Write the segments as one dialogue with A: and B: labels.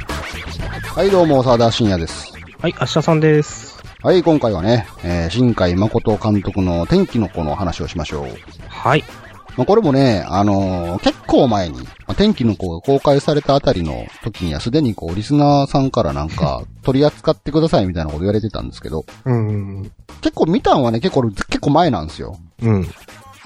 A: はい、どうも、沢田信也です。
B: はい、明日さんです。
A: はい、今回はね、えー新海誠監督の天気の子の話をしましょう。
B: はい。
A: まあ、これもね、あのー結構前に、まあ天気の子が公開されたあたりの時にはすでにこう、リスナーさんからなんか、取り扱ってくださいみたいなこと言われてたんですけど、
B: うん。
A: 結構見たんはね、結構、結構前なんですよ。
B: うん。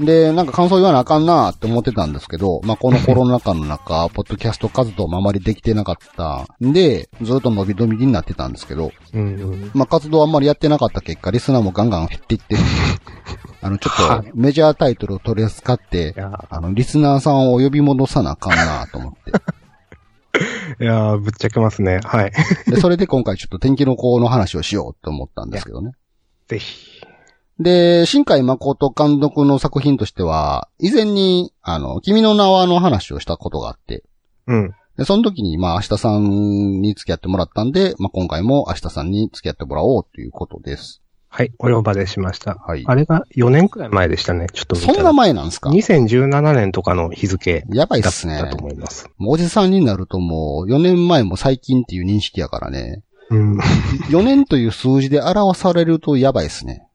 A: で、なんか感想言わなあかんなって思ってたんですけど、まあ、このコロナ禍の中、ポッドキャスト活動もあまりできてなかったんで、ずっと伸び伸びになってたんですけど、
B: うん。
A: まあ、活動あんまりやってなかった結果、リスナーもガンガン減っていっ て、あの、ちょっとメジャータイトルを取り扱って
B: い、や、
A: あの、リスナーさんを呼び戻さなあかんなと思 っ
B: いやーぶっちゃけますね。はい。
A: て。で、それで今回ちょっと天気の子の話をしようと思ったんですけどね。
B: ぜひ。
A: で、新海誠監督の作品としては、以前に、あの、君の名はの話をしたことがあって、
B: うん。
A: で、その時に、まあ、明日さんに付き合ってもらったんで、まあ、今回も明日さんに付き合ってもらおうということです。
B: はい、お呼ばれしました。
A: はい
B: あれが4年くらい前でしたね。ちょっと見た
A: そ
B: ら
A: んな前なんですか
B: ?2017 年とかの日付
A: やばいっ
B: だっ
A: すね
B: た。と思います。
A: もうおじさんになるともう、4年前も最近っていう認識やからね。
B: うん。
A: 4年という数字で表されるとやばいですね。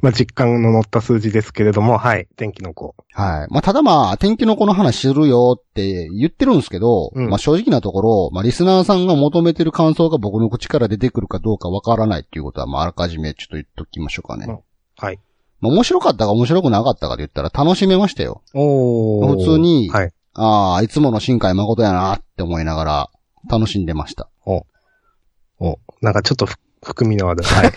B: まあ、実感の乗った数字ですけれども、はい、天気の子。
A: はい。まあ、ただまあ、天気の子の話するよって言ってるんですけど、
B: うん
A: まあ、正直なところ、まあ、リスナーさんが求めてる感想が僕の口から出てくるかどうかわからないっていうことは、まあ、あらかじめちょっと言っときましょうかね。
B: うんはい。
A: まあ、面白かったか面白くなかったかで言ったら楽しめましたよ。
B: お
A: 普通に
B: はい。
A: ああ、いつもの新海誠やなって思いながら楽しんでました。
B: お、なんかちょっとふ含みのある。はい。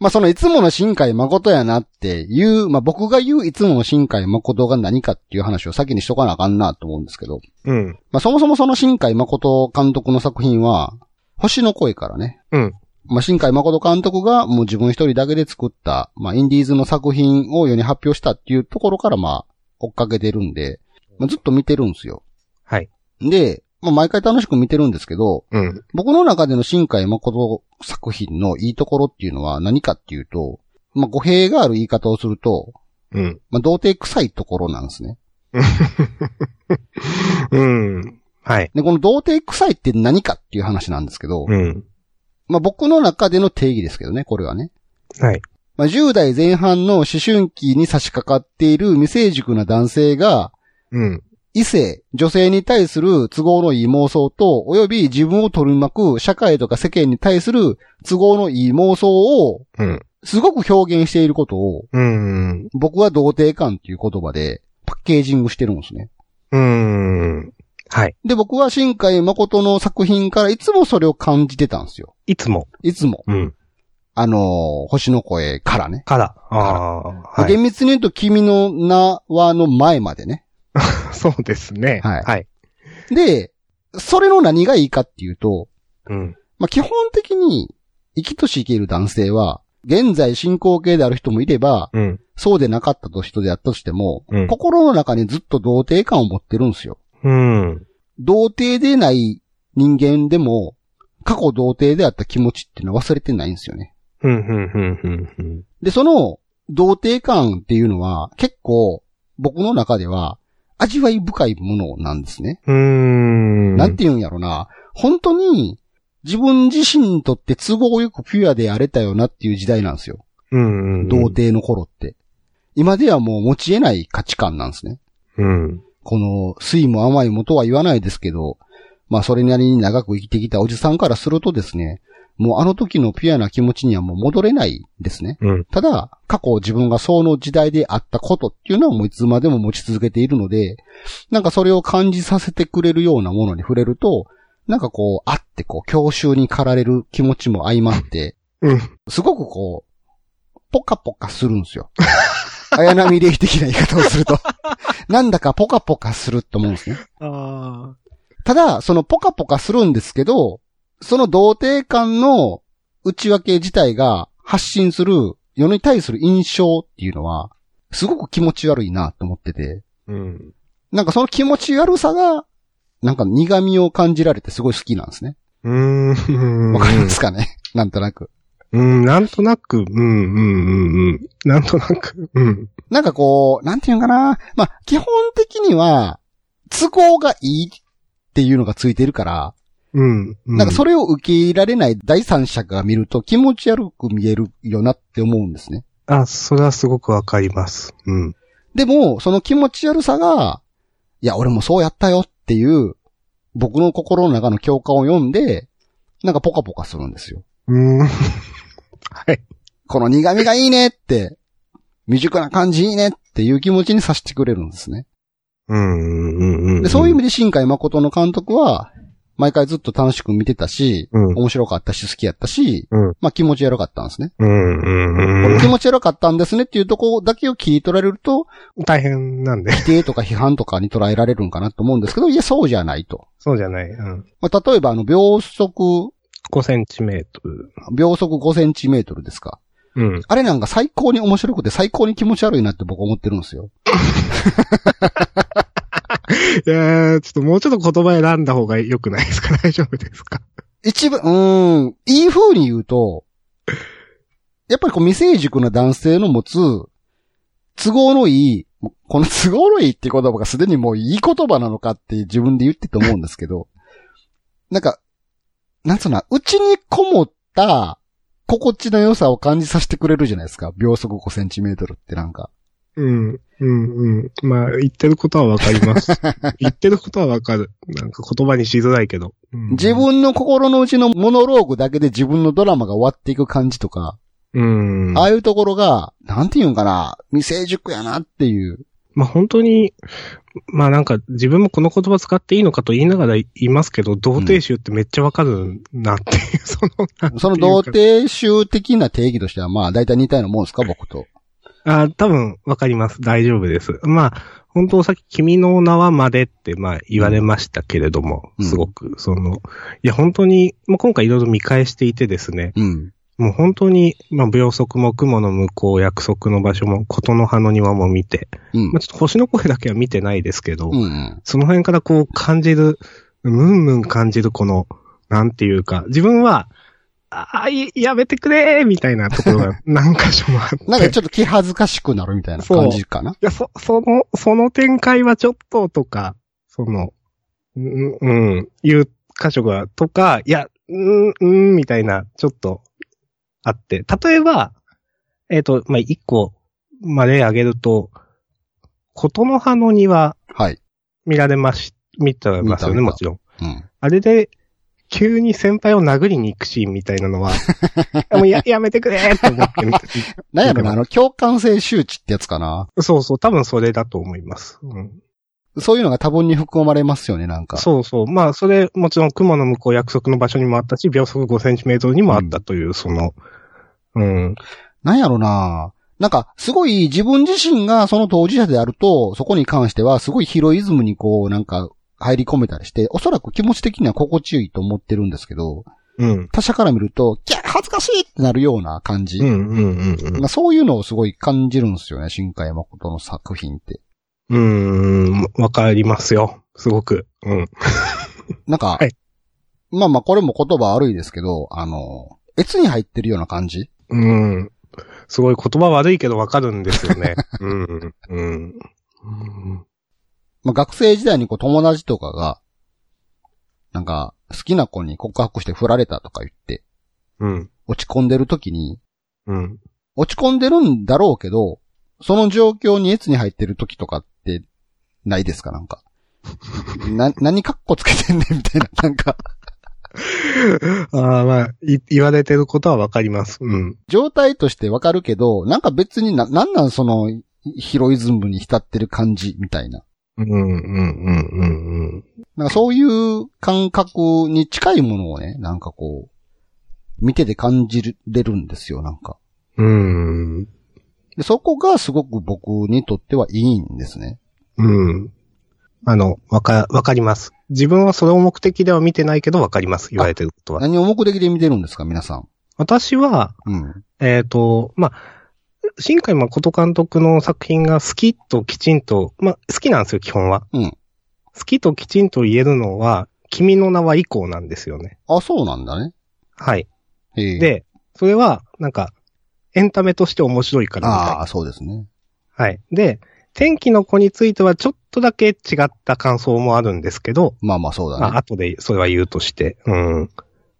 A: まあ、そのいつもの新海誠やなっていう、まあ、僕が言ういつもの新海誠が何かっていう話を先にしとかなあかんなと思うんですけど、
B: うん。
A: まあ、そもそもその新海誠監督の作品は、星の声からね、
B: うん。
A: まあ、新海誠監督がもう自分一人だけで作った、まあ、インディーズの作品を世に発表したっていうところから、まあ、追っかけてるんで、まあ、ずっと見てるんですよ。
B: はい。
A: で、まあ、毎回楽しく見てるんですけど、
B: うん。
A: 僕の中での新海誠作品のいいところっていうのは何かっていうと、まあ、語弊がある言い方をすると、
B: うん。
A: まあ、童貞臭いところなんですね。
B: うん。はい。
A: で、この童貞臭いって何かっていう話なんですけど、
B: うん。
A: まあ、僕の中での定義ですけどね、これはね。
B: はい。
A: まあ、10代前半の思春期に差し掛かっている未成熟な男性が、
B: うん。
A: 異性、女性に対する都合のいい妄想と、および自分を取り巻く社会とか世間に対する都合のいい妄想を、
B: うん。
A: すごく表現していることを、
B: うん。
A: 僕は童貞感っていう言葉でパッケージングしてるんですね。
B: うん。はい。
A: で、僕は新海誠の作品からいつもそれを感じてたんですよ。
B: いつも。
A: いつも。
B: うん。
A: あのー星の声からね。
B: から。ああー。はい。
A: 厳密に言うと君の名はの前までね。
B: そうですね。
A: はい
B: はい。
A: で、それの何がいいかっていうと、
B: うん。
A: まあ、基本的に生きとし生きる男性は、現在進行形である人もいれば、
B: うん。
A: そうでなかったと人であったとしても、
B: うん
A: 心の中にずっと童貞感を持ってるんですよ。
B: うん。
A: 童貞でない人間でも、過去童貞であった気持ちっていうのは忘れてないんですよね。
B: うん。うん。うん。うん。うん。
A: で、その童貞感っていうのは、結構僕の中では味わい深いものなんですね。
B: うーん。
A: なんて言うんやろな。本当に、自分自身にとって都合よくピュアであれたよなっていう時代なんですよ。
B: うん。うん。
A: 童貞の頃って。今ではもう持ち得ない価値観なんですね。
B: うん。
A: この、酸いも甘いもとは言わないですけど、まあそれなりに長く生きてきたおじさんからするとですね、もうあの時のピュアな気持ちにはもう戻れないですね。
B: うん。
A: ただ、過去自分がその時代であったことっていうのはもういつまでも持ち続けているので、なんかそれを感じさせてくれるようなものに触れると、なんかこう、あってこう、教習に駆られる気持ちも相まって、
B: うん。
A: すごくこう、ポカポカするんですよ。 綾波霊的な言い方をすると。なんだかポカポカすると思うんですね。
B: ああ。
A: ただ、そのポカポカするんですけど、その童貞感の内訳自体が発信する、世に対する印象っていうのは、すごく気持ち悪いなと思ってて、
B: うん。
A: なんかその気持ち悪さが、なんか苦味を感じられてすごい好きなんですね。
B: うーん。
A: わかりますかね なんとなく。
B: うん、なんとなく、うん、うん、うん、うん。なんとなく、うん。
A: なんかこう、なんていうのかなまあ、基本的には、都合がいいっていうのがついてるから、
B: うん。う
A: なんかそれを受け入れられない第三者が見ると気持ち悪く見えるよなって思うんですね。
B: あ、それはすごくわかります。うん。
A: でも、その気持ち悪さが、いや、俺もそうやったよっていう、僕の心の中の共感を読んで、なんかポカポカするんですよ。
B: うん。はい。
A: この苦味がいいねって、未熟な感じいいねっていう気持ちにさせてくれるんですね。
B: うん。うん。うん。
A: で、そういう意味で新海誠の監督は、毎回ずっと楽しく見てたし、
B: うん。
A: 面白かったし好きやったし、
B: うん
A: まあ気持ち悪かったんですね。
B: うん。うん。う
A: この気
B: ん。
A: 持ち悪かったんですねっていうとこだけを切り取られると、
B: 大変なんで。
A: 否定とか批判とかに捉えられるんかなと思うんですけど、いや、そうじゃないと。
B: そうじゃない。うん。
A: まあ、例えば、あの、秒速、
B: 5センチメートル。
A: 秒速5センチメートルですか。
B: うん。
A: あれなんか最高に面白くて最高に気持ち悪いなって僕思ってるんですよ。
B: いやーちょっともうちょっと言葉選んだ方が良くないですか 大丈夫ですか
A: 一番、うーん、いい風に言うと、やっぱりこう未成熟な男性の持つ、都合のいい、この都合のいいって言葉がすでにもういい言葉なのかって自分で言ってて思うんですけど、なんか、なんつうのかな、うちにこもった心地の良さを感じさせてくれるじゃないですか。秒速5センチメートルってなんか。
B: うん。うん。うん。まあ、言ってることはわかり ます。言ってることはわかる。なんか言葉にしづらいけど。うん
A: 自分の心の内のモノローグだけで自分のドラマが終わっていく感じとか、
B: うん。
A: ああいうところが、なんて言うんかな、未成熟やなっていう。
B: まあ本当に、まあなんか自分もこの言葉使っていいのかと言いながら言いますけど、童貞臭ってめっちゃわかるなっていう、その、なんていうか
A: その童。貞集的な定義としては、まあ、大体似たようなもんですか、僕と。
B: あ多分わかります。大丈夫です。まあ、本当さっき君の名はまでってまあ言われましたけれども、
A: うん
B: すごく、その、いや本当に、まあ今回いろいろ見返していてですね、
A: うん。
B: もう本当に、まあ秒速も雲の向こう、約束の場所も、琴の葉の庭も見て、
A: うん
B: まあ。ちょっと星の声だけは見てないですけど、
A: うんうん。
B: その辺からこう感じる、ムンムン感じるこの、なんていうか、自分は、ああ、いやめてくれーみたいなところが何箇所もあって。
A: なん かちょっと気恥ずかしくなるみたいな感じかな。
B: いや、そ、その、その展開はちょっととか、その、うん、うん、いう箇所が、とか、いや、うん、うん、みたいな、ちょっと、あって。例えば、えっ、と、まあ、一個、まあ、例挙げると、琴の葉の庭、
A: はい。
B: 見られまし、見てます
A: 見た見
B: よね、
A: た
B: もちろん。
A: うん。
B: あれで、急に先輩を殴りに行くシーンみたい なのは、もうややめてくれーって思って見て
A: なんやろな、あの、共感性周知ってやつかな。
B: そうそう、多分それだと思います。うん、
A: そういうのが多分に含まれますよね、なんか。
B: そうそう。まあ、それ、もちろん、雲の向こう約束の場所にもあったし、秒速5センチメートルにもあったという、その、うん。
A: なんやろな。なんか、すごい自分自身がその当事者であると、そこに関してはすごいヒロイズムにこう、なんか、入り込めたりして、おそらく気持ち的には心地よいと思ってるんですけど、
B: うん。
A: 他者から見ると、キャー恥ずかしいってなるような感じ。
B: うん、うん、うん
A: まあ、そういうのをすごい感じるんですよね、新海誠の作品って。
B: うん。うん、わかりますよ。すごく。うん。
A: なんか、
B: はい
A: まあまあこれも言葉悪いですけど、あの、越に入ってるような感じ
B: うん。すごい言葉悪いけどわかるんですよね。うん。うん。
A: まあ学生時代にこう友達とかが、なんか、好きな子に告白して振られたとか言って、
B: うん。
A: 落ち込んでる時に、
B: うん。
A: 落ち込んでるんだろうけど、その状況に越に入ってる時とかって、ないですかなんか。 な、何カッコつけてんねんみたいな、なんか。
B: ああ、まあ、い言われてることはわかります。うん。
A: 状態としてわかるけど、なんか別にな、なんなんその、ヒロイズムに浸ってる感じみたいな。
B: うん、うん、うん、うん、うん。
A: なんかそういう感覚に近いものをね、なんかこう、見てて感じれるんですよ、なんか。
B: うん。
A: でそこがすごく僕にとってはいいんですね。
B: うん。あの、わか、わかります。自分はそれを目的では見てないけどわかります。言われてることは。
A: 何を目的で見てるんですか、皆さん。
B: 私は、
A: うん。
B: えっ、と、まあ、新海誠監督の作品が好きときちんと、まあ、好きなんですよ、基本は。
A: うん
B: 好きときちんと言えるのは、君の名は以降なんですよね。
A: あ、そうなんだね。
B: はい。
A: へえ、
B: で、それは、なんか、エンタメとして面白いからみたいな
A: ああ、そうですね。
B: はい。で、天気の子についてはちょっとだけ違った感想もあるんですけど、
A: まあまあそうだ
B: ま
A: ね。
B: あ、後でそれは言うとして、うん。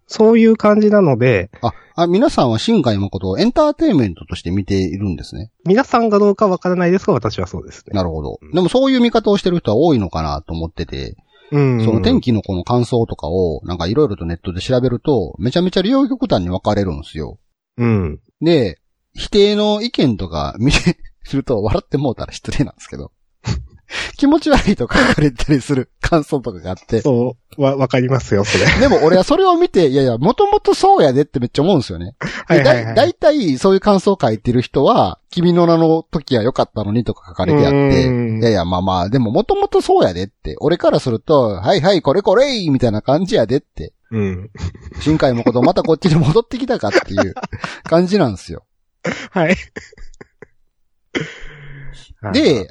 B: そういう感じなので、
A: ああ、皆さんは新海誠をエンターテインメントとして見ているんですね。
B: 皆さんがどうかわからないですが、私はそうですね。
A: なるほど
B: うん。
A: でもそういう見方をしてる人は多いのかなと思ってて、
B: うん。
A: その天気のこの感想とかを、なんかいろいろとネットで調べると、めちゃめちゃ両極端に分かれるんですよ。
B: うん。
A: で、否定の意見とか見てすると笑ってもうたら失礼なんですけど。 気持ち悪いと書かれたりする感想とかがあって。
B: そう、わ、わかりますよ、それ。
A: でも俺はそれを見て、いやいや、もともとそうやでってめっちゃ思うんですよね。
B: は
A: で
B: いはいは
A: だ
B: い。
A: だいたいそういう感想を書いてる人は、君の名の時は良かったのにとか書かれてあって、
B: うん
A: いやいや、まあまあ、でももともとそうやでって、俺からすると、はいはい、これこれみたいな感じやでって、
B: うん。
A: 新海誠またこっちに戻ってきたかっていう感じなんです よ。
B: はい。
A: で、え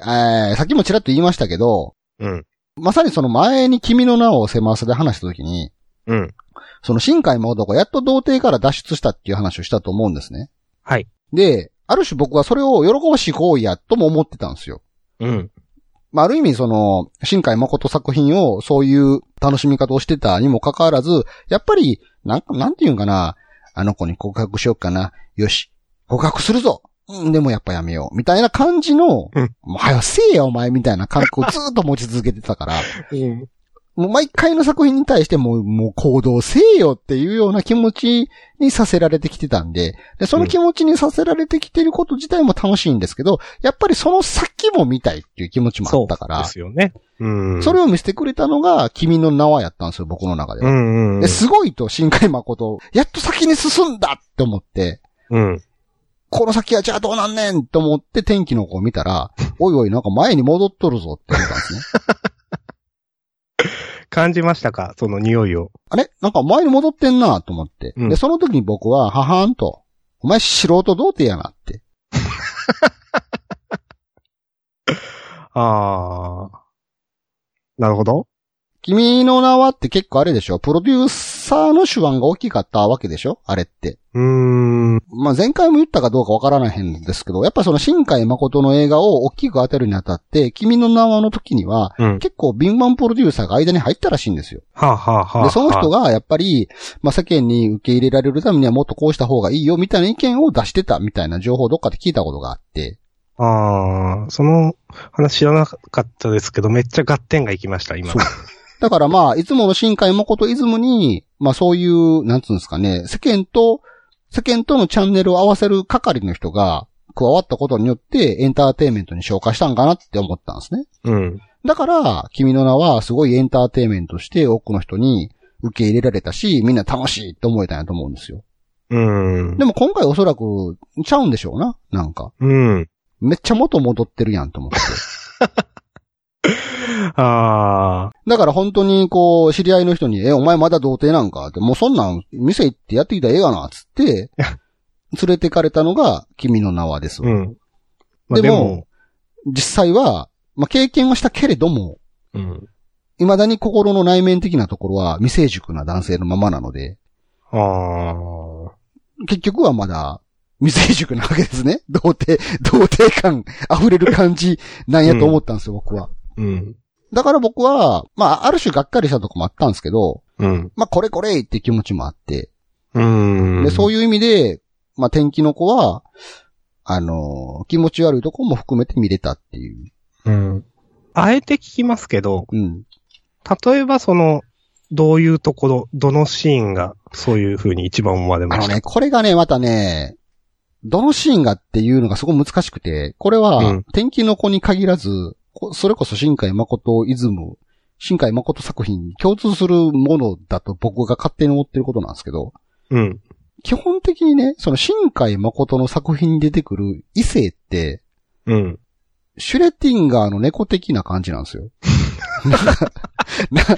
A: ー、さっきもちらっと言いましたけど、
B: うん。
A: まさにその前に君の名を狭さで話した時に、
B: うん。
A: その新海誠がやっと童貞から脱出したっていう話をしたと思うんですね。
B: はい。
A: で、ある種僕はそれを喜ばしい行為やとも思ってたんですよ。
B: うん。
A: まあ、ある意味その、新海誠作品をそういう楽しみ方をしてたにもかかわらず、やっぱり、なんか、なんていうんかな、あの子に告白しようかな、よし、告白するぞうん、でもやっぱやめよう。みたいな感じの、
B: うん
A: もう早せえやお前みたいな感覚 をずーっと持ち続けてたから、
B: うん。
A: もう毎回の作品に対してもう、もう行動せえよっていうような気持ちにさせられてきてたんで、で、その気持ちにさせられてきてること自体も楽しいんですけど、やっぱりその先も見たいっていう気持ちもあ
B: そ
A: っ
B: う。
A: たから
B: で、すよね。うん。
A: それを見せてくれたのが、君の名はやったんですよ、僕の中で
B: う
A: は。
B: んうん。
A: で、すごいと、新海誠、やっと先に進んだって思って、
B: うん。
A: この先はじゃあどうなんねんと思って天気の子を見た ら、おいおい、なんか前に戻っとるぞって思ったんですね。
B: 感じましたかその匂いを。
A: あれなんか前に戻ってんなと思って。
B: うん
A: で、その時に僕は、ははーんと、お前素人童貞やなって。
B: ああ。なるほど。
A: 君の名はって結構あれでしょプロデューサーの手腕が大きかったわけでしょあれって。
B: うーん。
A: まあ、前回も言ったかどうかわからないんですけど、やっぱその新海誠の映画を大きく当てるにあたって、君の名はの時には、
B: うん。
A: 結構敏腕プロデューサーが間に入ったらしいんですよ。
B: はあ、はあはあ、
A: で、その人
B: が、
A: がやっぱり、まあ、世間に受け入れられるためにはもっとこうした方がいいよみたいな意見を出してたみたいな情報をどっかで聞いたことがあって、
B: ああ、その話知らなかったですけど、めっちゃ合点がいきました、今。
A: そうだからまあ、いつもの新海誠イズムに、まあそういう、なんつうんですかね、世間と、世間とのチャンネルを合わせる係の人が加わったことによってエンターテインメントに昇華したんかなって思ったんですね。
B: うん。
A: だから、君の名はすごいエンターテインメントとして多くの人に受け入れられたし、みんな楽しいって思えたんやと思うんですよ。
B: うん
A: で。も今回おそらくちゃうんでしょうな、なんか。
B: うん。
A: めっちゃ元戻ってるやんと思って。
B: ああ、
A: だから本当にこう、知り合いの人に、え、お前まだ童貞なんかって、もうそんなん店行ってやってきたらええがな、つっ て、連れてかれたのが君の名はですわ、
B: うん。まあ、
A: でも
B: でも、
A: 実際は、まあ、経験はしたけれども、
B: うん。
A: 未だに心の内面的なところは未成熟な男性のままなので、
B: ああ、
A: 結局はまだ未成熟なわけですね。 童貞、童貞感溢れる感じなんやと思ったんですよ、僕は。
B: うん。
A: だから僕は、まあ、ある種がっかりしたとこもあったんですけど、
B: うん。
A: まあ、これこれって気持ちもあって、
B: うん。
A: で、そう
B: い
A: いう意味で、まあ、天気の子は、あのー気持ち悪いとこも含めて見れたっていう。
B: う。うん。あえて聞きますけど、
A: うん。
B: 例えばその、どういうところ、どのシーンが、そういう風に一番思われま
A: あ
B: し
A: の
B: た
A: ね、これがね、またね、どのシーンがっていうのがすごい難しくて、これは、
B: うん
A: 天気の子に限らず、こそれこそ新海誠イズム、新海誠作品に共通するものだと僕が勝手に思ってることなんですけど、
B: うん。
A: 基本的にね、その新海誠の作品に出てくる異性って、
B: うん。
A: シュレティンガーの猫的な感じなん ですよ。なんかな
B: ちょ、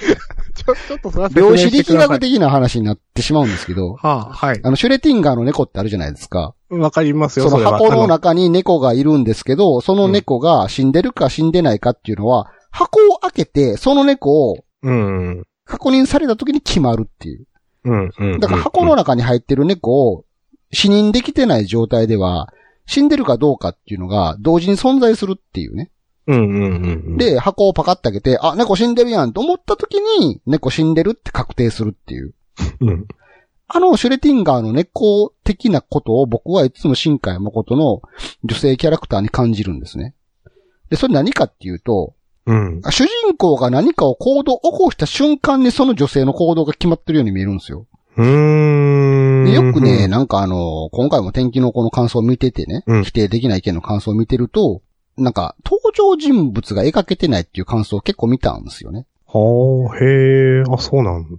B: ちょっとそれは
A: 量子力学的な話になってしまうんですけど、
B: はあ、はい。
A: あの、シュレティンガーの猫ってあるじゃないですか。
B: わかりますよ、
A: そ
B: そ
A: の
B: れは。
A: 箱の
B: あの
A: 中に猫がいるんですけど、その猫が死んでるか死んでないかっていうのは、箱を開けて、その猫を
B: うん。
A: 確認された時に決まるっていう。
B: うん。うん。
A: だから箱の中に入ってる猫を死認できてない状態では、死んでるかどうかっていうのが同時に存在するっていうね。
B: うんうんうん。、
A: で、箱をパカッて開けて、あ、猫死んでるやんと思った時に、猫死んでるって確定するっていう。
B: うん。
A: あの、シュレティンガーの猫的なことを僕はいつも新海誠の女性キャラクターに感じるんですね。で、それ何かっていうと、
B: うん。
A: 主人公が何かを行動を起こした瞬間にその女性の行動が決まってるように見えるんですよ。
B: うーん。
A: でよくね、、なんかあの、今回も天気の子の感想を見ててね、
B: うん
A: 否定できない意見の感想を見てると、なんか、登場人物が描けてないっていう感想を結構見たんですよね。
B: はあ、へえ、あ、そうなんだ。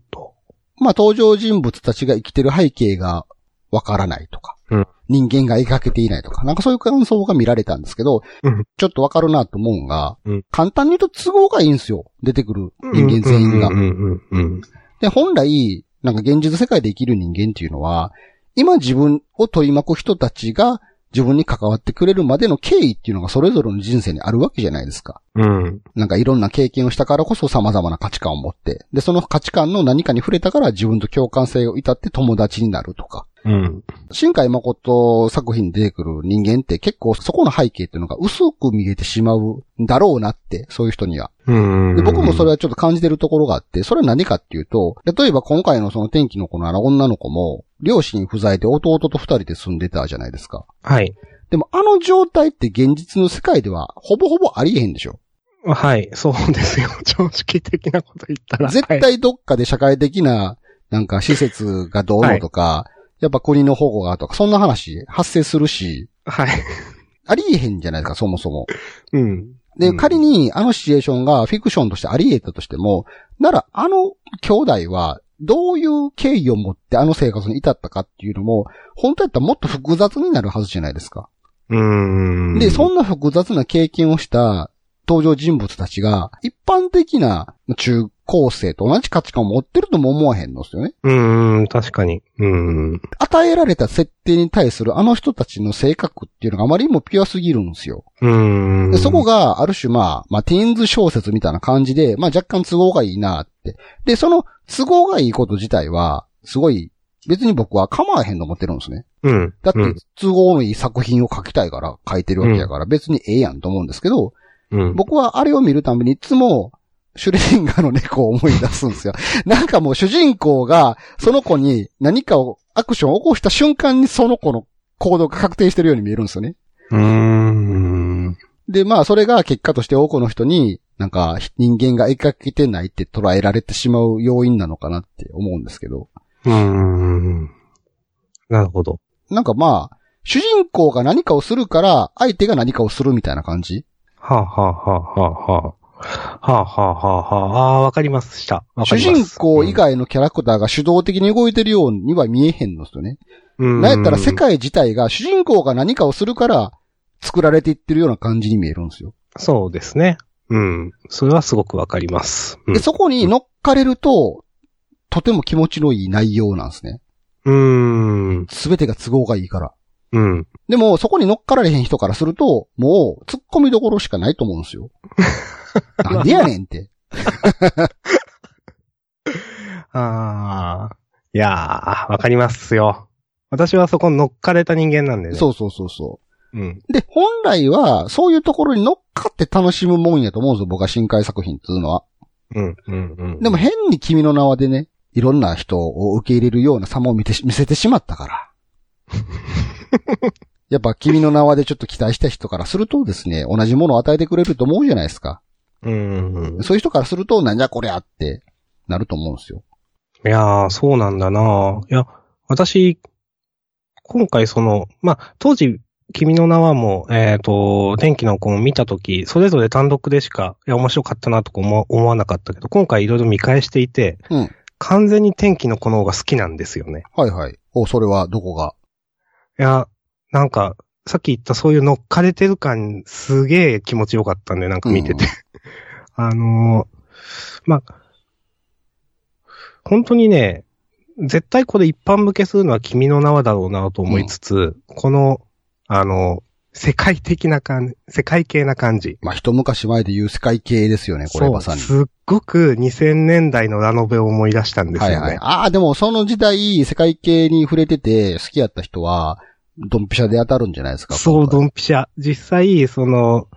A: まあ、登場人物たちが生きてる背景がわからないとか、
B: うん
A: 人間が描けていないとか、なんかそういう感想が見られたんですけど、
B: うん
A: ちょっとわかるなと思うんが、
B: うん
A: 簡単に言うと都合がいいんですよ。出てくる人間全員が
B: う。んうんうんうん。
A: で、本来、なんか現実世界で生きる人間っていうのは、今自分を取り巻く人たちが自分に関わってくれるまでの経緯っていうのがそれぞれの人生にあるわけじゃないですか。
B: うん。
A: なんかいろんな経験をしたからこそ様々な価値観を持って、で、その価値観の何かに触れたから自分と共感性を至って友達になるとか、
B: うん。
A: 新海誠作品に出てくる人間って結構そこの背景っていうのが薄く見えてしまうんだろうなって、そういう人には。
B: うん。
A: で、僕もそれ
B: は、
A: はちょっと感じてるところがあって、それは何かっていうと、例えば今回のその天気の子のあの女の子も、両親不在で弟と二人で住んでたじゃないですか。
B: はい。
A: でもあの状態って現実の世界ではほぼほぼありえへんでしょ。
B: はい、そうですよ。 常識的なこと言ったら。
A: 絶
B: はい、
A: 対どっかで社会的な、なんか施設がどうのとか、やっぱ国の保護がとか、そんな話発生するし、
B: はい。
A: ありえへんじゃないですか、そもそも。
B: うん。
A: で、
B: うん
A: 仮にあのシチュエーションがフィクションとしてあり得たとしても、ならあの兄弟はどういう経緯を持ってあの生活に至ったかっていうのも、本当やったらもっと複雑になるはずじゃないですか。
B: うん。
A: で、そんな複雑な経験をした登場人物たちが、一般的な中高生と同じ価値観を持ってるとも思わへんのですよね。
B: うん、確かに。うん。
A: 与えられた設定に対するあの人たちの性格っていうのがあまりにもピュアすぎるんですよ。
B: うん。
A: で、そこがある種まあ、まあ、ティーンズ小説みたいな感じで、まあ若干都合がいいなって。で、その都合がいいこと自体は、すごい、別に僕は構わへんと思ってるんですね。
B: うん。
A: だって
B: うん、
A: 都合のいい作品を書きたいから書いてるわけやから、別にええやんと思うんですけど、
B: うん。
A: 僕はあれを見るためにいつも、シュレディンガーの猫を思い出すんです よ。なんかもう主人公が、その子に何かを、アクションを起こした瞬間にその子の行動が確定してるように見えるんですよね。
B: うん。
A: で、まあ、それが結果として多くの人に、なんか、人間が描けてないって捉えられてしまう要因なのかなって思うんですけど。
B: うん。なるほど。
A: なんかまあ、主人公が何かをするから、相手が何かをするみたいな感じ
B: はあ、はあはあはあはあ。はあはあはあはあ。ああー、わかりました。わか
A: 主
B: ります
A: 人公以、外のキャラクターが主導的に動いてるようには見えへんのですよね。
B: うん、
A: なんやったら世界自体が主人公が何かをするから、作られていってるような感じに見えるんですよ。
B: そうですね。うん。それはすごくわかります。うん
A: で、そこに乗っかれると、とても気持ちのいい内容なんですね。
B: うーん。
A: すべてが都合がいいから。
B: うん。
A: でも、そこに乗っかられへん人からすると、もう、突っ込みどころしかないと思うんです よ。なんでやねんって。
B: ああ。いやー、わかりますよ。私はそこに乗っかれた人間なんでね。。
A: そうそうそうそう
B: うん。
A: う。で、本来は、そういうところに乗っかって楽しむもんやと思うんですよ、僕は深海作品っていうのは。
B: うん。うん。うん。
A: でも、変に君の名はでね、いろんな人を受け入れるような様を見てし見せてしまったから。 やっぱ、君の名はでちょっと期待した人からするとですね、同じものを与えてくれると思うじゃないですか。
B: うんうんうん。
A: そういう人からすると、なんじゃこりゃって、なると思うんですよ。
B: いやー、そうなんだなぁいや、私、今回その、まあ、当時、君の名はもう、えっ、と、天気の子を見たとき、それぞれ単独でしか、いや、面白かったなとか思わ思わなかったけど、今回いろいろ見返していて、
A: うん
B: 完全に天気の子の方が好きなんですよね。
A: はいはい。お、それはどこが
B: いや、なんか、さっき言ったそういう乗っかれてる感、すげえ気持ちよかったんで、なんか見てて。あのーまあ、本当にね、絶対これ一般向けするのは君の名はだろうなと思いつつ、この、あの世界的な感じ、世界系な感じ。
A: まあ、一昔前で言う世界系ですよね、これま
B: そ
A: さ
B: う、
A: に。
B: すっごく2000年代のラノベを思い出したんです
A: は
B: よね。
A: いはい。ああ、でもその時代、世界系に触れてて好きやった人は、ドンピシャで当たるんじゃないですか。
B: そう、
A: 今回
B: ドンピシャ。実際、その、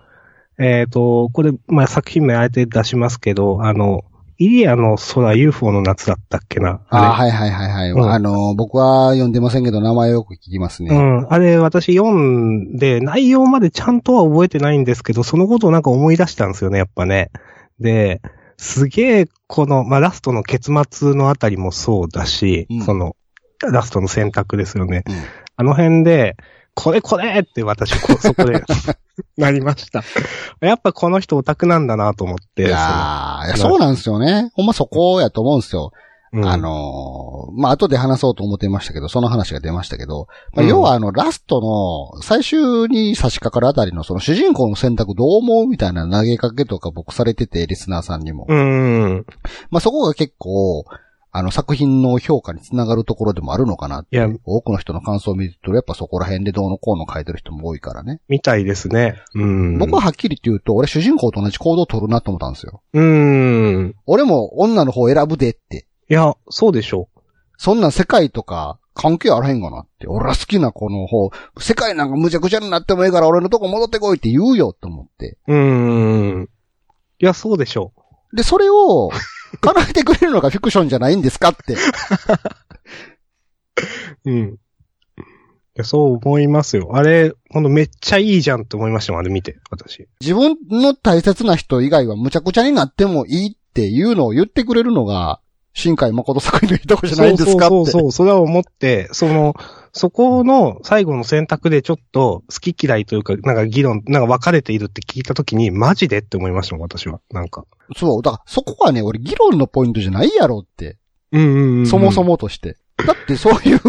B: えっ、と、これ、まあ、作品名あえて出しますけど、あの、イリアの空 UFO の夏だったっけな。
A: ああ、
B: あ
A: はいはいはいはい。
B: うん
A: あの、僕は読んでませんけど、名前よく聞きます
B: れう
A: ね。
B: ん。あれ、私読んで、内容までちゃんとは覚えてないんですけど、そのことをなんか思い出したんですよね、やっぱね。で、すげえ、この、まあ、ラストの結末のあたりもそうだし、
A: うん
B: その、ラストの選択ですよね。
A: うん
B: あの辺で、これこれって私こ、そこ で、なりました。やっぱこの人オタクなんだなと思って。
A: いやーいやそうなんですよね。ほんまそこやと思うんですよ。
B: そのうん
A: あのーまあ、後で話そうと思ってましたけど、その話が出ましたけど、まあ、
B: うん
A: 要はあの、ラストの、最終に差し掛かるあたりの、その主人公の選択どう思うみたいな投げかけとか僕されてて、リスナーさんにも。
B: うん。
A: まあ、そこが結構、あの、作品の評価につながるところでもあるのかなって
B: いや、
A: 多くの人の感想を見ると、やっぱそこら辺でどうのこうの書いてる人も多いからね。
B: みたいですね。うん。
A: 僕ははっきり言うと、俺主人公と同じ行動を取るなと思ったんですよ。
B: うん。
A: 俺も女の方選ぶでって。
B: いや、そうでしょ
A: そんなん世界とか関係あらへんかなって。俺は好きな子の方、世界なんかむちゃくちゃになってもいいから俺のとこ戻ってこいって言うよと思って。
B: う。うん。いや、そうでしょ
A: で、それ を叶えてくれるのがフィクションじゃないんですかって。
B: う。うん。いや、そう思いますよ。あれ、ほんとめっちゃいいじゃんって思いましたもん、あれ見て、私。
A: 自分の大切な人以外はむちゃくちゃになってもいいっていうのを言ってくれるのが、新海誠作品のいいとこじゃないんですかって。
B: そうそうそうそう、それは思って、その、そこの最後の選択でちょっと好き嫌いというか、なんか議論、なんか分かれているって聞いたときに、マジでって思いましたもん、私は。なんか。
A: そうだからそこはね、俺議論のポイントじゃないやろって。
B: うんうん、
A: そもそ。もとして。だってそういう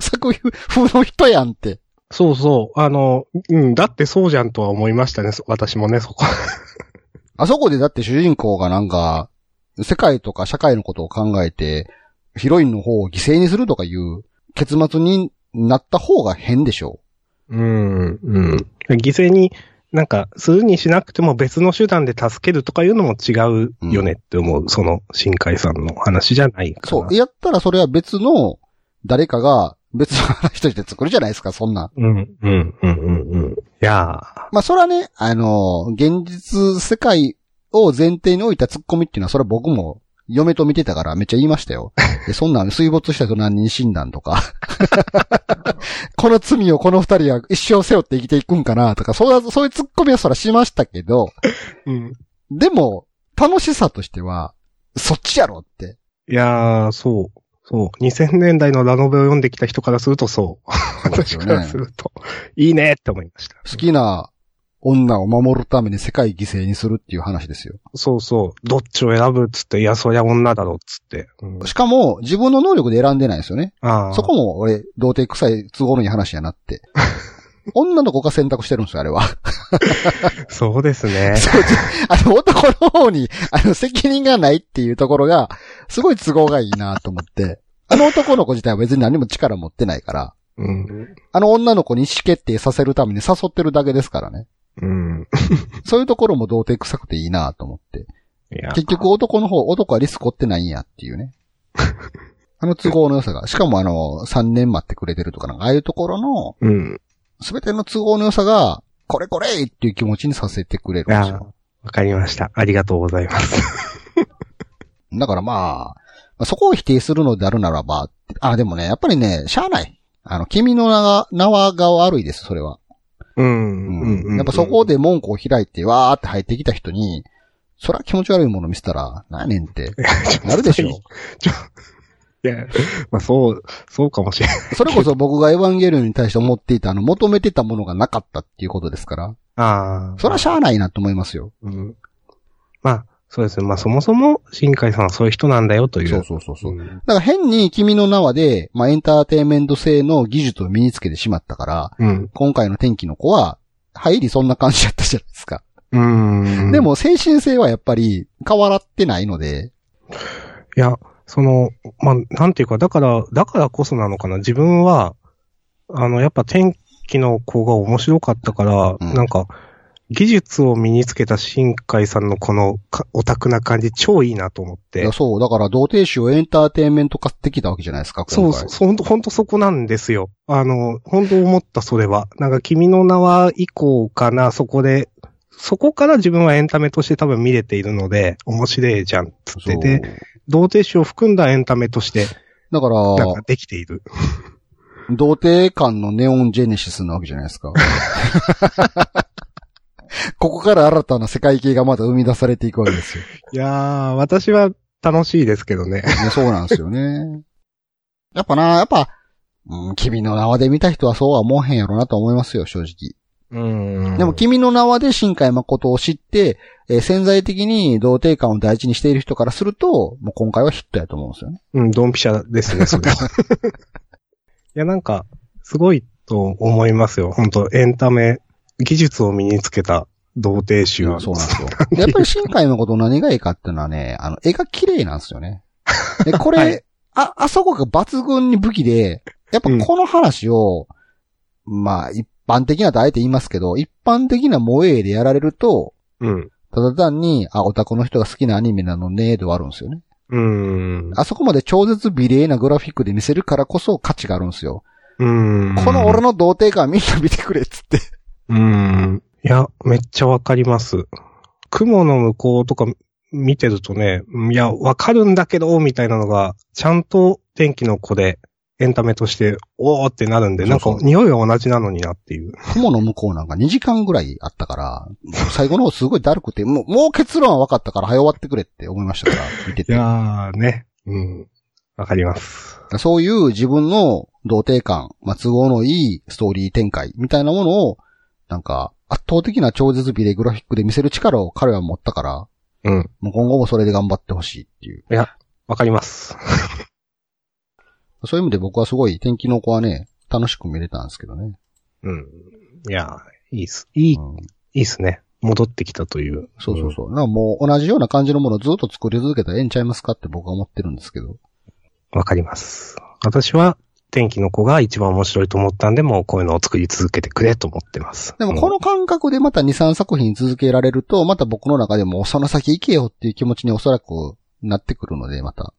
A: 作品風の人やんって。
B: そうそう。あの、うん、だってそうじゃんとは思いましたね、そ私もね、そこ。
A: あそこでだって主人公がなんか、世界とか社会のことを考えて、ヒロインの方を犠牲にするとかいう結末になった方が変でしょ
B: うん、うん。犠牲に、なんか、するにしなくても別の手段で助けるとかいうのも違うよねって思う、その、新海さんの話じゃないかな。
A: そう。やったらそれは別の誰かが別の話として作るじゃないですか、そんなん。
B: うん、うん、うん、うん、うん。いやー
A: まあそれはね、あの現実世界を前提に置いたツッコミっていうのは、それは僕も嫁と見てたからめっちゃ言いましたよ。でそんなん水没した人何人死んだんとか。 この罪をこの二人は一生背負って生きていくんかなとか、そうだ、そういうツッコミはそらしましたけど、
B: うん。
A: でも、楽しさとしては、そっちやろって。
B: いやー、そう。そう。2000年代のラノベを読んできた人からするとそう。
A: そうです
B: 私
A: よ
B: から
A: ね
B: す。ると。いいねって思いました。
A: 好きな女を守るために世界犠牲にするっていう話ですよ。
B: そうそう。どっちを選ぶっつって、いや、そりゃ女だろっつって。うん、
A: しかも、自分の能力で選んでないですよね。
B: あー
A: そこも俺、童貞臭い都合のいい話やな って。女の子が選択してるんですよ、あれは。
B: そうですね。
A: あの、男の方に、あの、責任がないっていうところが、すごい都合がいいなと思って。あの男の子自体は別に何も力持ってないから、
B: うん。
A: あの女の子に意思決定させるために誘ってるだけですからね。
B: うん。
A: そういうところも童貞臭くていいなと思って。
B: いや、
A: 結局男の方、男はリスク負ってないんやって いうね。あの都合の良さが、しかもあの、3年待ってくれてるとかなんか、ああいうところの、
B: うん。
A: すべての都合の良さが、これこれっていう気持ちにさせてくれるんですよ。
B: わかりました。ありがとうございます。
A: だからまあ、まあそこを否定するのであるならば、あ、でもね、やっぱりね、しゃあない。あの、君の名が、名はが悪いです、それは。
B: うん
A: やっぱそこ、 で門戸を開いて、わーって入ってきた人に、そら気持ち悪いもの見せたら、何やねんって、なるで しょ。
B: いや、まあそう、そうかもしれない。
A: それこそ僕がエヴァンゲリオンに対して思っていた、あの、求めてたものがなかったっていうことですから、
B: ああ。
A: そらしゃあないなと思いますよ。
B: うん。まあ、そうですね。まあそもそも、新海さんはそういう人なんだよという。
A: そうそうそうそう。
B: ん
A: だから変に君の名はで、まあ、エンターテインメント性の技術を身につけてしまったから、
B: うん。
A: 今回の天気の子は、入りそんな感じだったじゃないですか。
B: うん。
A: で、も精神性はやっぱり変わらってないので、
B: いや、その、まあ、なんていうか、だから、だからこそなのかな。自分は、あの、やっぱ天気の子が面白かったから、
A: うん
B: なんか、技術を身につけた新海さんのこのかオタクな感じ超いいなと思っ
A: い
B: て
A: や。そう、だから童貞史をエンターテインメント化できたわけじゃないですか、
B: そ
A: 今
B: う
A: 回。
B: そう、ほんと、ほんとそこなんですよ。あの、本当思ったそれは。なんか、君の名は以降かな、そこで、そこから自分はエンタメとして多分見れているので、面白いじゃん、つ
A: そ
B: って。
A: う
B: で、童貞史を含んだエンタメとし
A: だ
B: て、
A: か、
B: なんからできている。
A: 童貞感のネオンジェネシスなわけじゃないです か。ここから新たな世界系がまだ生み出されていくわけですよ。
B: いやー、私は楽しいですけどね。
A: ねそうなんですよね。やっぱな、やっぱ、うん、君の名はで見た人はそうは思わへんやろなと思いますよ、正直。
B: うん
A: でも、君の名はで新海誠を知って、えー潜在的に童貞感を大事にしている人からすると、もう今回はヒットやと思うんですよね。
B: うん、ドンピシャですね、それ は。いや、なんか、すごいと思いますよ。本当エンタメ、技術を身につけた童貞
A: い
B: 集。
A: やそうなんですよ。でやっぱり新海誠何がいいかっていうのはね、あの、絵が綺麗なんですよね。で、こ れ、
B: はい
A: あ、あそこが抜群に武器で、やっぱこの話を、まあ、一般的なとあえて言いますけど、一般的な萌え絵でやられると、
B: うん。
A: ただ単に、あ、オタクの人が好きなアニメなのね、ではあるんですよね。
B: うん。
A: あそこまで超絶美麗なグラフィックで見せるからこそ価値があるんですよ。
B: うん。
A: この俺の童貞感みんな見てくれっつ って。
B: うん。いや、めっちゃわかります。雲の向こうとか見てるとね、うんいや、わかるんだけど、みたいなのが、ちゃんと天気の子で、エンタメとして、おーってなるんで、
A: そうそう
B: なんか、匂いは同じなのになっていう。
A: 雲の向こうなんか2時間ぐらいあったから、最後の方すごいだるくて、もう、もう結論は分かったから早終わってくれって思いました から、見て
B: い
A: て。
B: やーね。うん。わかります。
A: そういう自分の童貞感、まあ、都合のいいストーリー展開みたいなものを、なんか、圧倒的な超絶美でグラフィックで見せる力を彼は持ったから、
B: うん。
A: もう今後もそれで頑張ってほしいっていう。
B: わかります。
A: そういう意味で僕はすごい天気の子はね、楽しく見れたんですけどね。
B: うん。いやー、いいっす。いい、
A: うん
B: いいっすね。戻ってきたという。
A: そうそうそう。なんかもう同じような感じのものをずっと作り続けたらええんちゃいますかって僕は思ってるんですけど。
B: わかります。私は、天気の子が一番面白いと思ったんで、もうこういうのを作り続けてくれと思ってます。
A: でもこの感覚でまた2、3作品続けられると、また僕の中でもその先行けよっていう気持ちにおそらくなってくるので、また。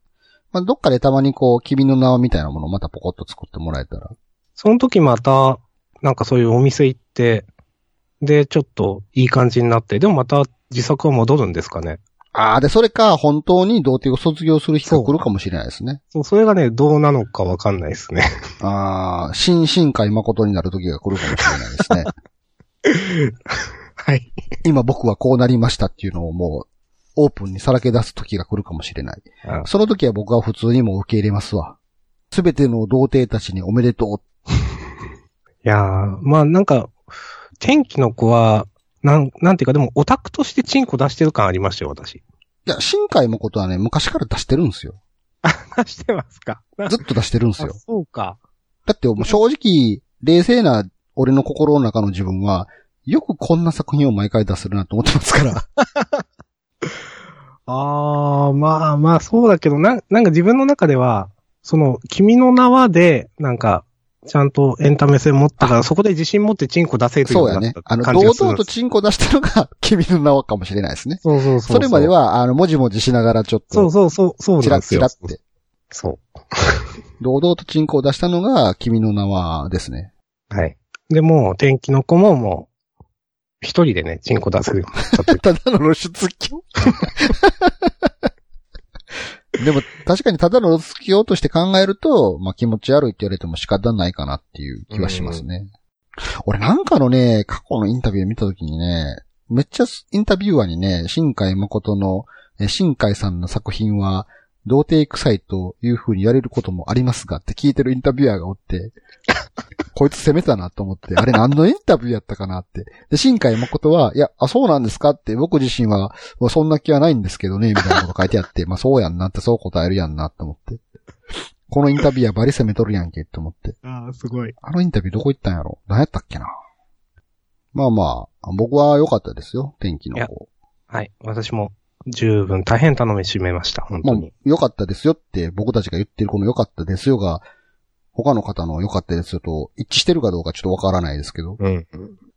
A: まあ、どっかでたまにこう、君の名はみたいなものをまたポコッと作ってもらえたら。
B: その時また、なんかそういうお店行って、で、ちょっといい感じになって、でもまた自作は戻るんですかね。
A: ああ、で、それか、本当に童貞を卒業する日が来るかもしれないですね。
B: そう、それがね、どうなのかわかんないですね。
A: ああ、新進海誠になる時が来るかもしれないですね。
B: はい。
A: 今僕はこうなりましたっていうのをもう、オープンにさらけ出す時が来るかもしれない。
B: あ
A: その時は僕は普通にもう受け入れますわ。すべての童貞たちにおめでとう。
B: いやー、まあなんか、天気の子は、なん、なんていうか、でもオタクとしてチンコ出してる感ありましたよ、私。
A: いや、新海誠はね、昔から出してるんですよ。
B: 出してますか
A: ずっと出してるんです
B: あ
A: よ。
B: そうか。
A: だって、正直、冷静な俺の心の中の自分は、よくこんな作品を毎回出せるなと思ってます から。
B: あー、まあまあ、そうだけど、な、なんか自分の中では、その、君の名はで、なんか、ちゃんとエンタメ性持ったから、そこで自信持ってチンコ出せる
A: そ
B: よ
A: うう
B: に
A: や
B: な
A: ね
B: った。
A: あの、
B: 感
A: 堂
B: じがする
A: 々とチンコ出したのが、君の名はかもしれないですね。
B: そうそうそう。
A: それまで、は、あの、もじもじしながらちょっ
B: そう
A: と、
B: そうそう、そう
A: チ
B: な
A: ラッ
B: んです
A: チ
B: よ。
A: ラって、
B: そ
A: 堂々とチンコを出したのが、君の名はですね。
B: う。はい。で、もう、天気の子ももう、一人でね、チンコ出せるようになったという
A: ただの露出狂でも、確かにただの露出狂として考えると、まあ気持ち悪いって言われても仕方ないかなっていう気はしますね。俺なんかのね、過去のインタビュー見た時にね、めっちゃインタビュアーにね、新海誠の、え新海さんの作品は、童貞臭いという風に言われることもありますがって聞いてるインタビュアーがおって、こいつ攻めたなと思って、あれ何のインタビューやったかなって。で、新海誠は、いや、あ、そうなんですかって、僕自身は、まあそんな気はないんですけどね、みたいなこと書いてあって、 まあそうやんなって、そう答えるやんなって思って。このインタビューはバリ攻めとるやんけって思って。
B: ああ、すごい。
A: あのインタビューどこ行ったんやろ何やったっけなまあまあ、僕は良かったですよ、天気の方。
B: はい。私も、十分大変頼みしめました、本当
A: まあ
B: に。、
A: 良かったですよって僕たちが言ってるこの良かったですよが、他の方の良かったですよと一致してるかどうかちょっとわからないですけど。
B: うん。
A: だか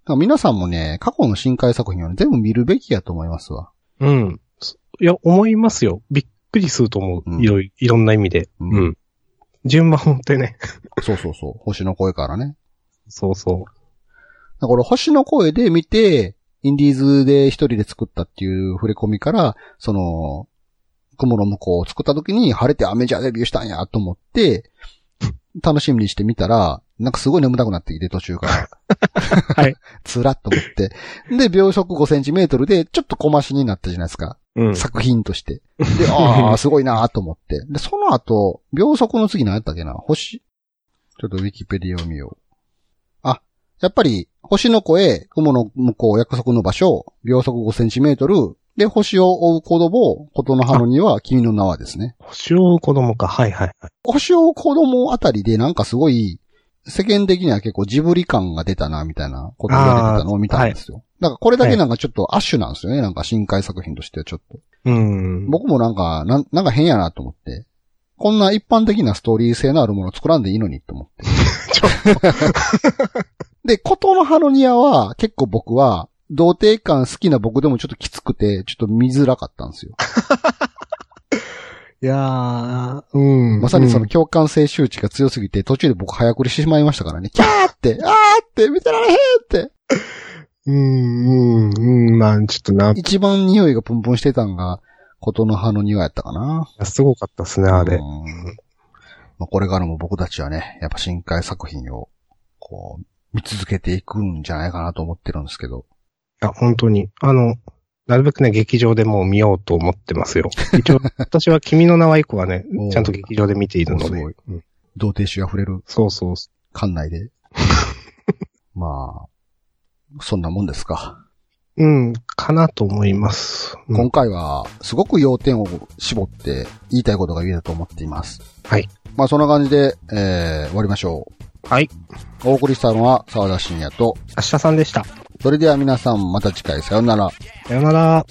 A: ら皆さんもね、過去の深海作品は、ね、全部見るべきやと思いますわ。
B: うん。そいや、思いますよ。びっくりすると思
A: う
B: う。
A: ん
B: いろい、いろんな意味で。
A: うん
B: うん。順番を追ってね。
A: そうそうそう。星の声からね。
B: そうそ
A: だから俺星の声で見て、インディーズで一人で作ったっていう触れ込みから、その、雲の向こうを作った時に晴れてアメジャーデビューしたんやと思って、楽しみにしてみたら、なんかすごい眠たくなってきて途中から。
B: はい。
A: つらっと思って。で、秒速5センチメートルで、ちょっと小増しになったじゃないですか。
B: うん。
A: 作品として。で、 ああ、すごいなと思って。で、その後、秒速の次何やったっけな星ちょっとウィキペディアを見よう。あ、やっぱり、星の声、雲の向こう、約束の場所、秒速5センチメートル、で、星を追う子供、ことの葉のには君の名はですね。
B: 星を追う子供か。はいはいはい。
A: 星を追う子供あたりでなんかすごい、世間的には結構ジブリ感が出たな、みたいなことが出てたのを見たんですよ。だからこれだけなんかちょっとアッシュなんですよね。なんか深海作品としてはちょっと。
B: うん。
A: 僕もなんか、なんなんか変やなと思って。こんな一般的なストーリー性のあるもの作らんでいいのにと思 って。 で、ことのハロニアは結構僕は、童貞感好きな僕でもちょっときつくて、ちょっと見づらかったんですよ。
B: いやー、うん。
A: まさにその
B: うん
A: 共感性周知が強すぎて、途中で僕早送りしてしまいましたからね。キャーって、あーって、見てられへんって。
B: うん、うん、うん、まあ、ちょっとな、
A: 一番匂いがプンプンしてたんが、ことの葉の匂いやったかな。
B: すごかったっすね、あれ
A: う。んまあ、これからも僕たちはね、やっぱ深海作品を、こう、見続けていくんじゃないかなと思ってるんですけど。
B: いや、本当に。あの、なるべくね、劇場でもう見ようと思ってます よ。一応、私は君の名は以降はね
A: おう、
B: ちゃんと劇場で見ているの
A: おう
B: で。
A: すごい
B: うん
A: 童貞臭溢れる
B: そうそうそ
A: 館内 で。まあ、そんなもんですか。
B: う。うん、かなと思います。うん
A: 今回は、すごく要点を絞って言いたいことが言えたと思っています。
B: はい。
A: まあ、そんな感じで、えー、終わりましょ
B: はい。
A: う。お送りしたのは沢田信也と、
B: 明日さんでした。
A: それでは皆さんまた次回さようなら。
B: さよなら。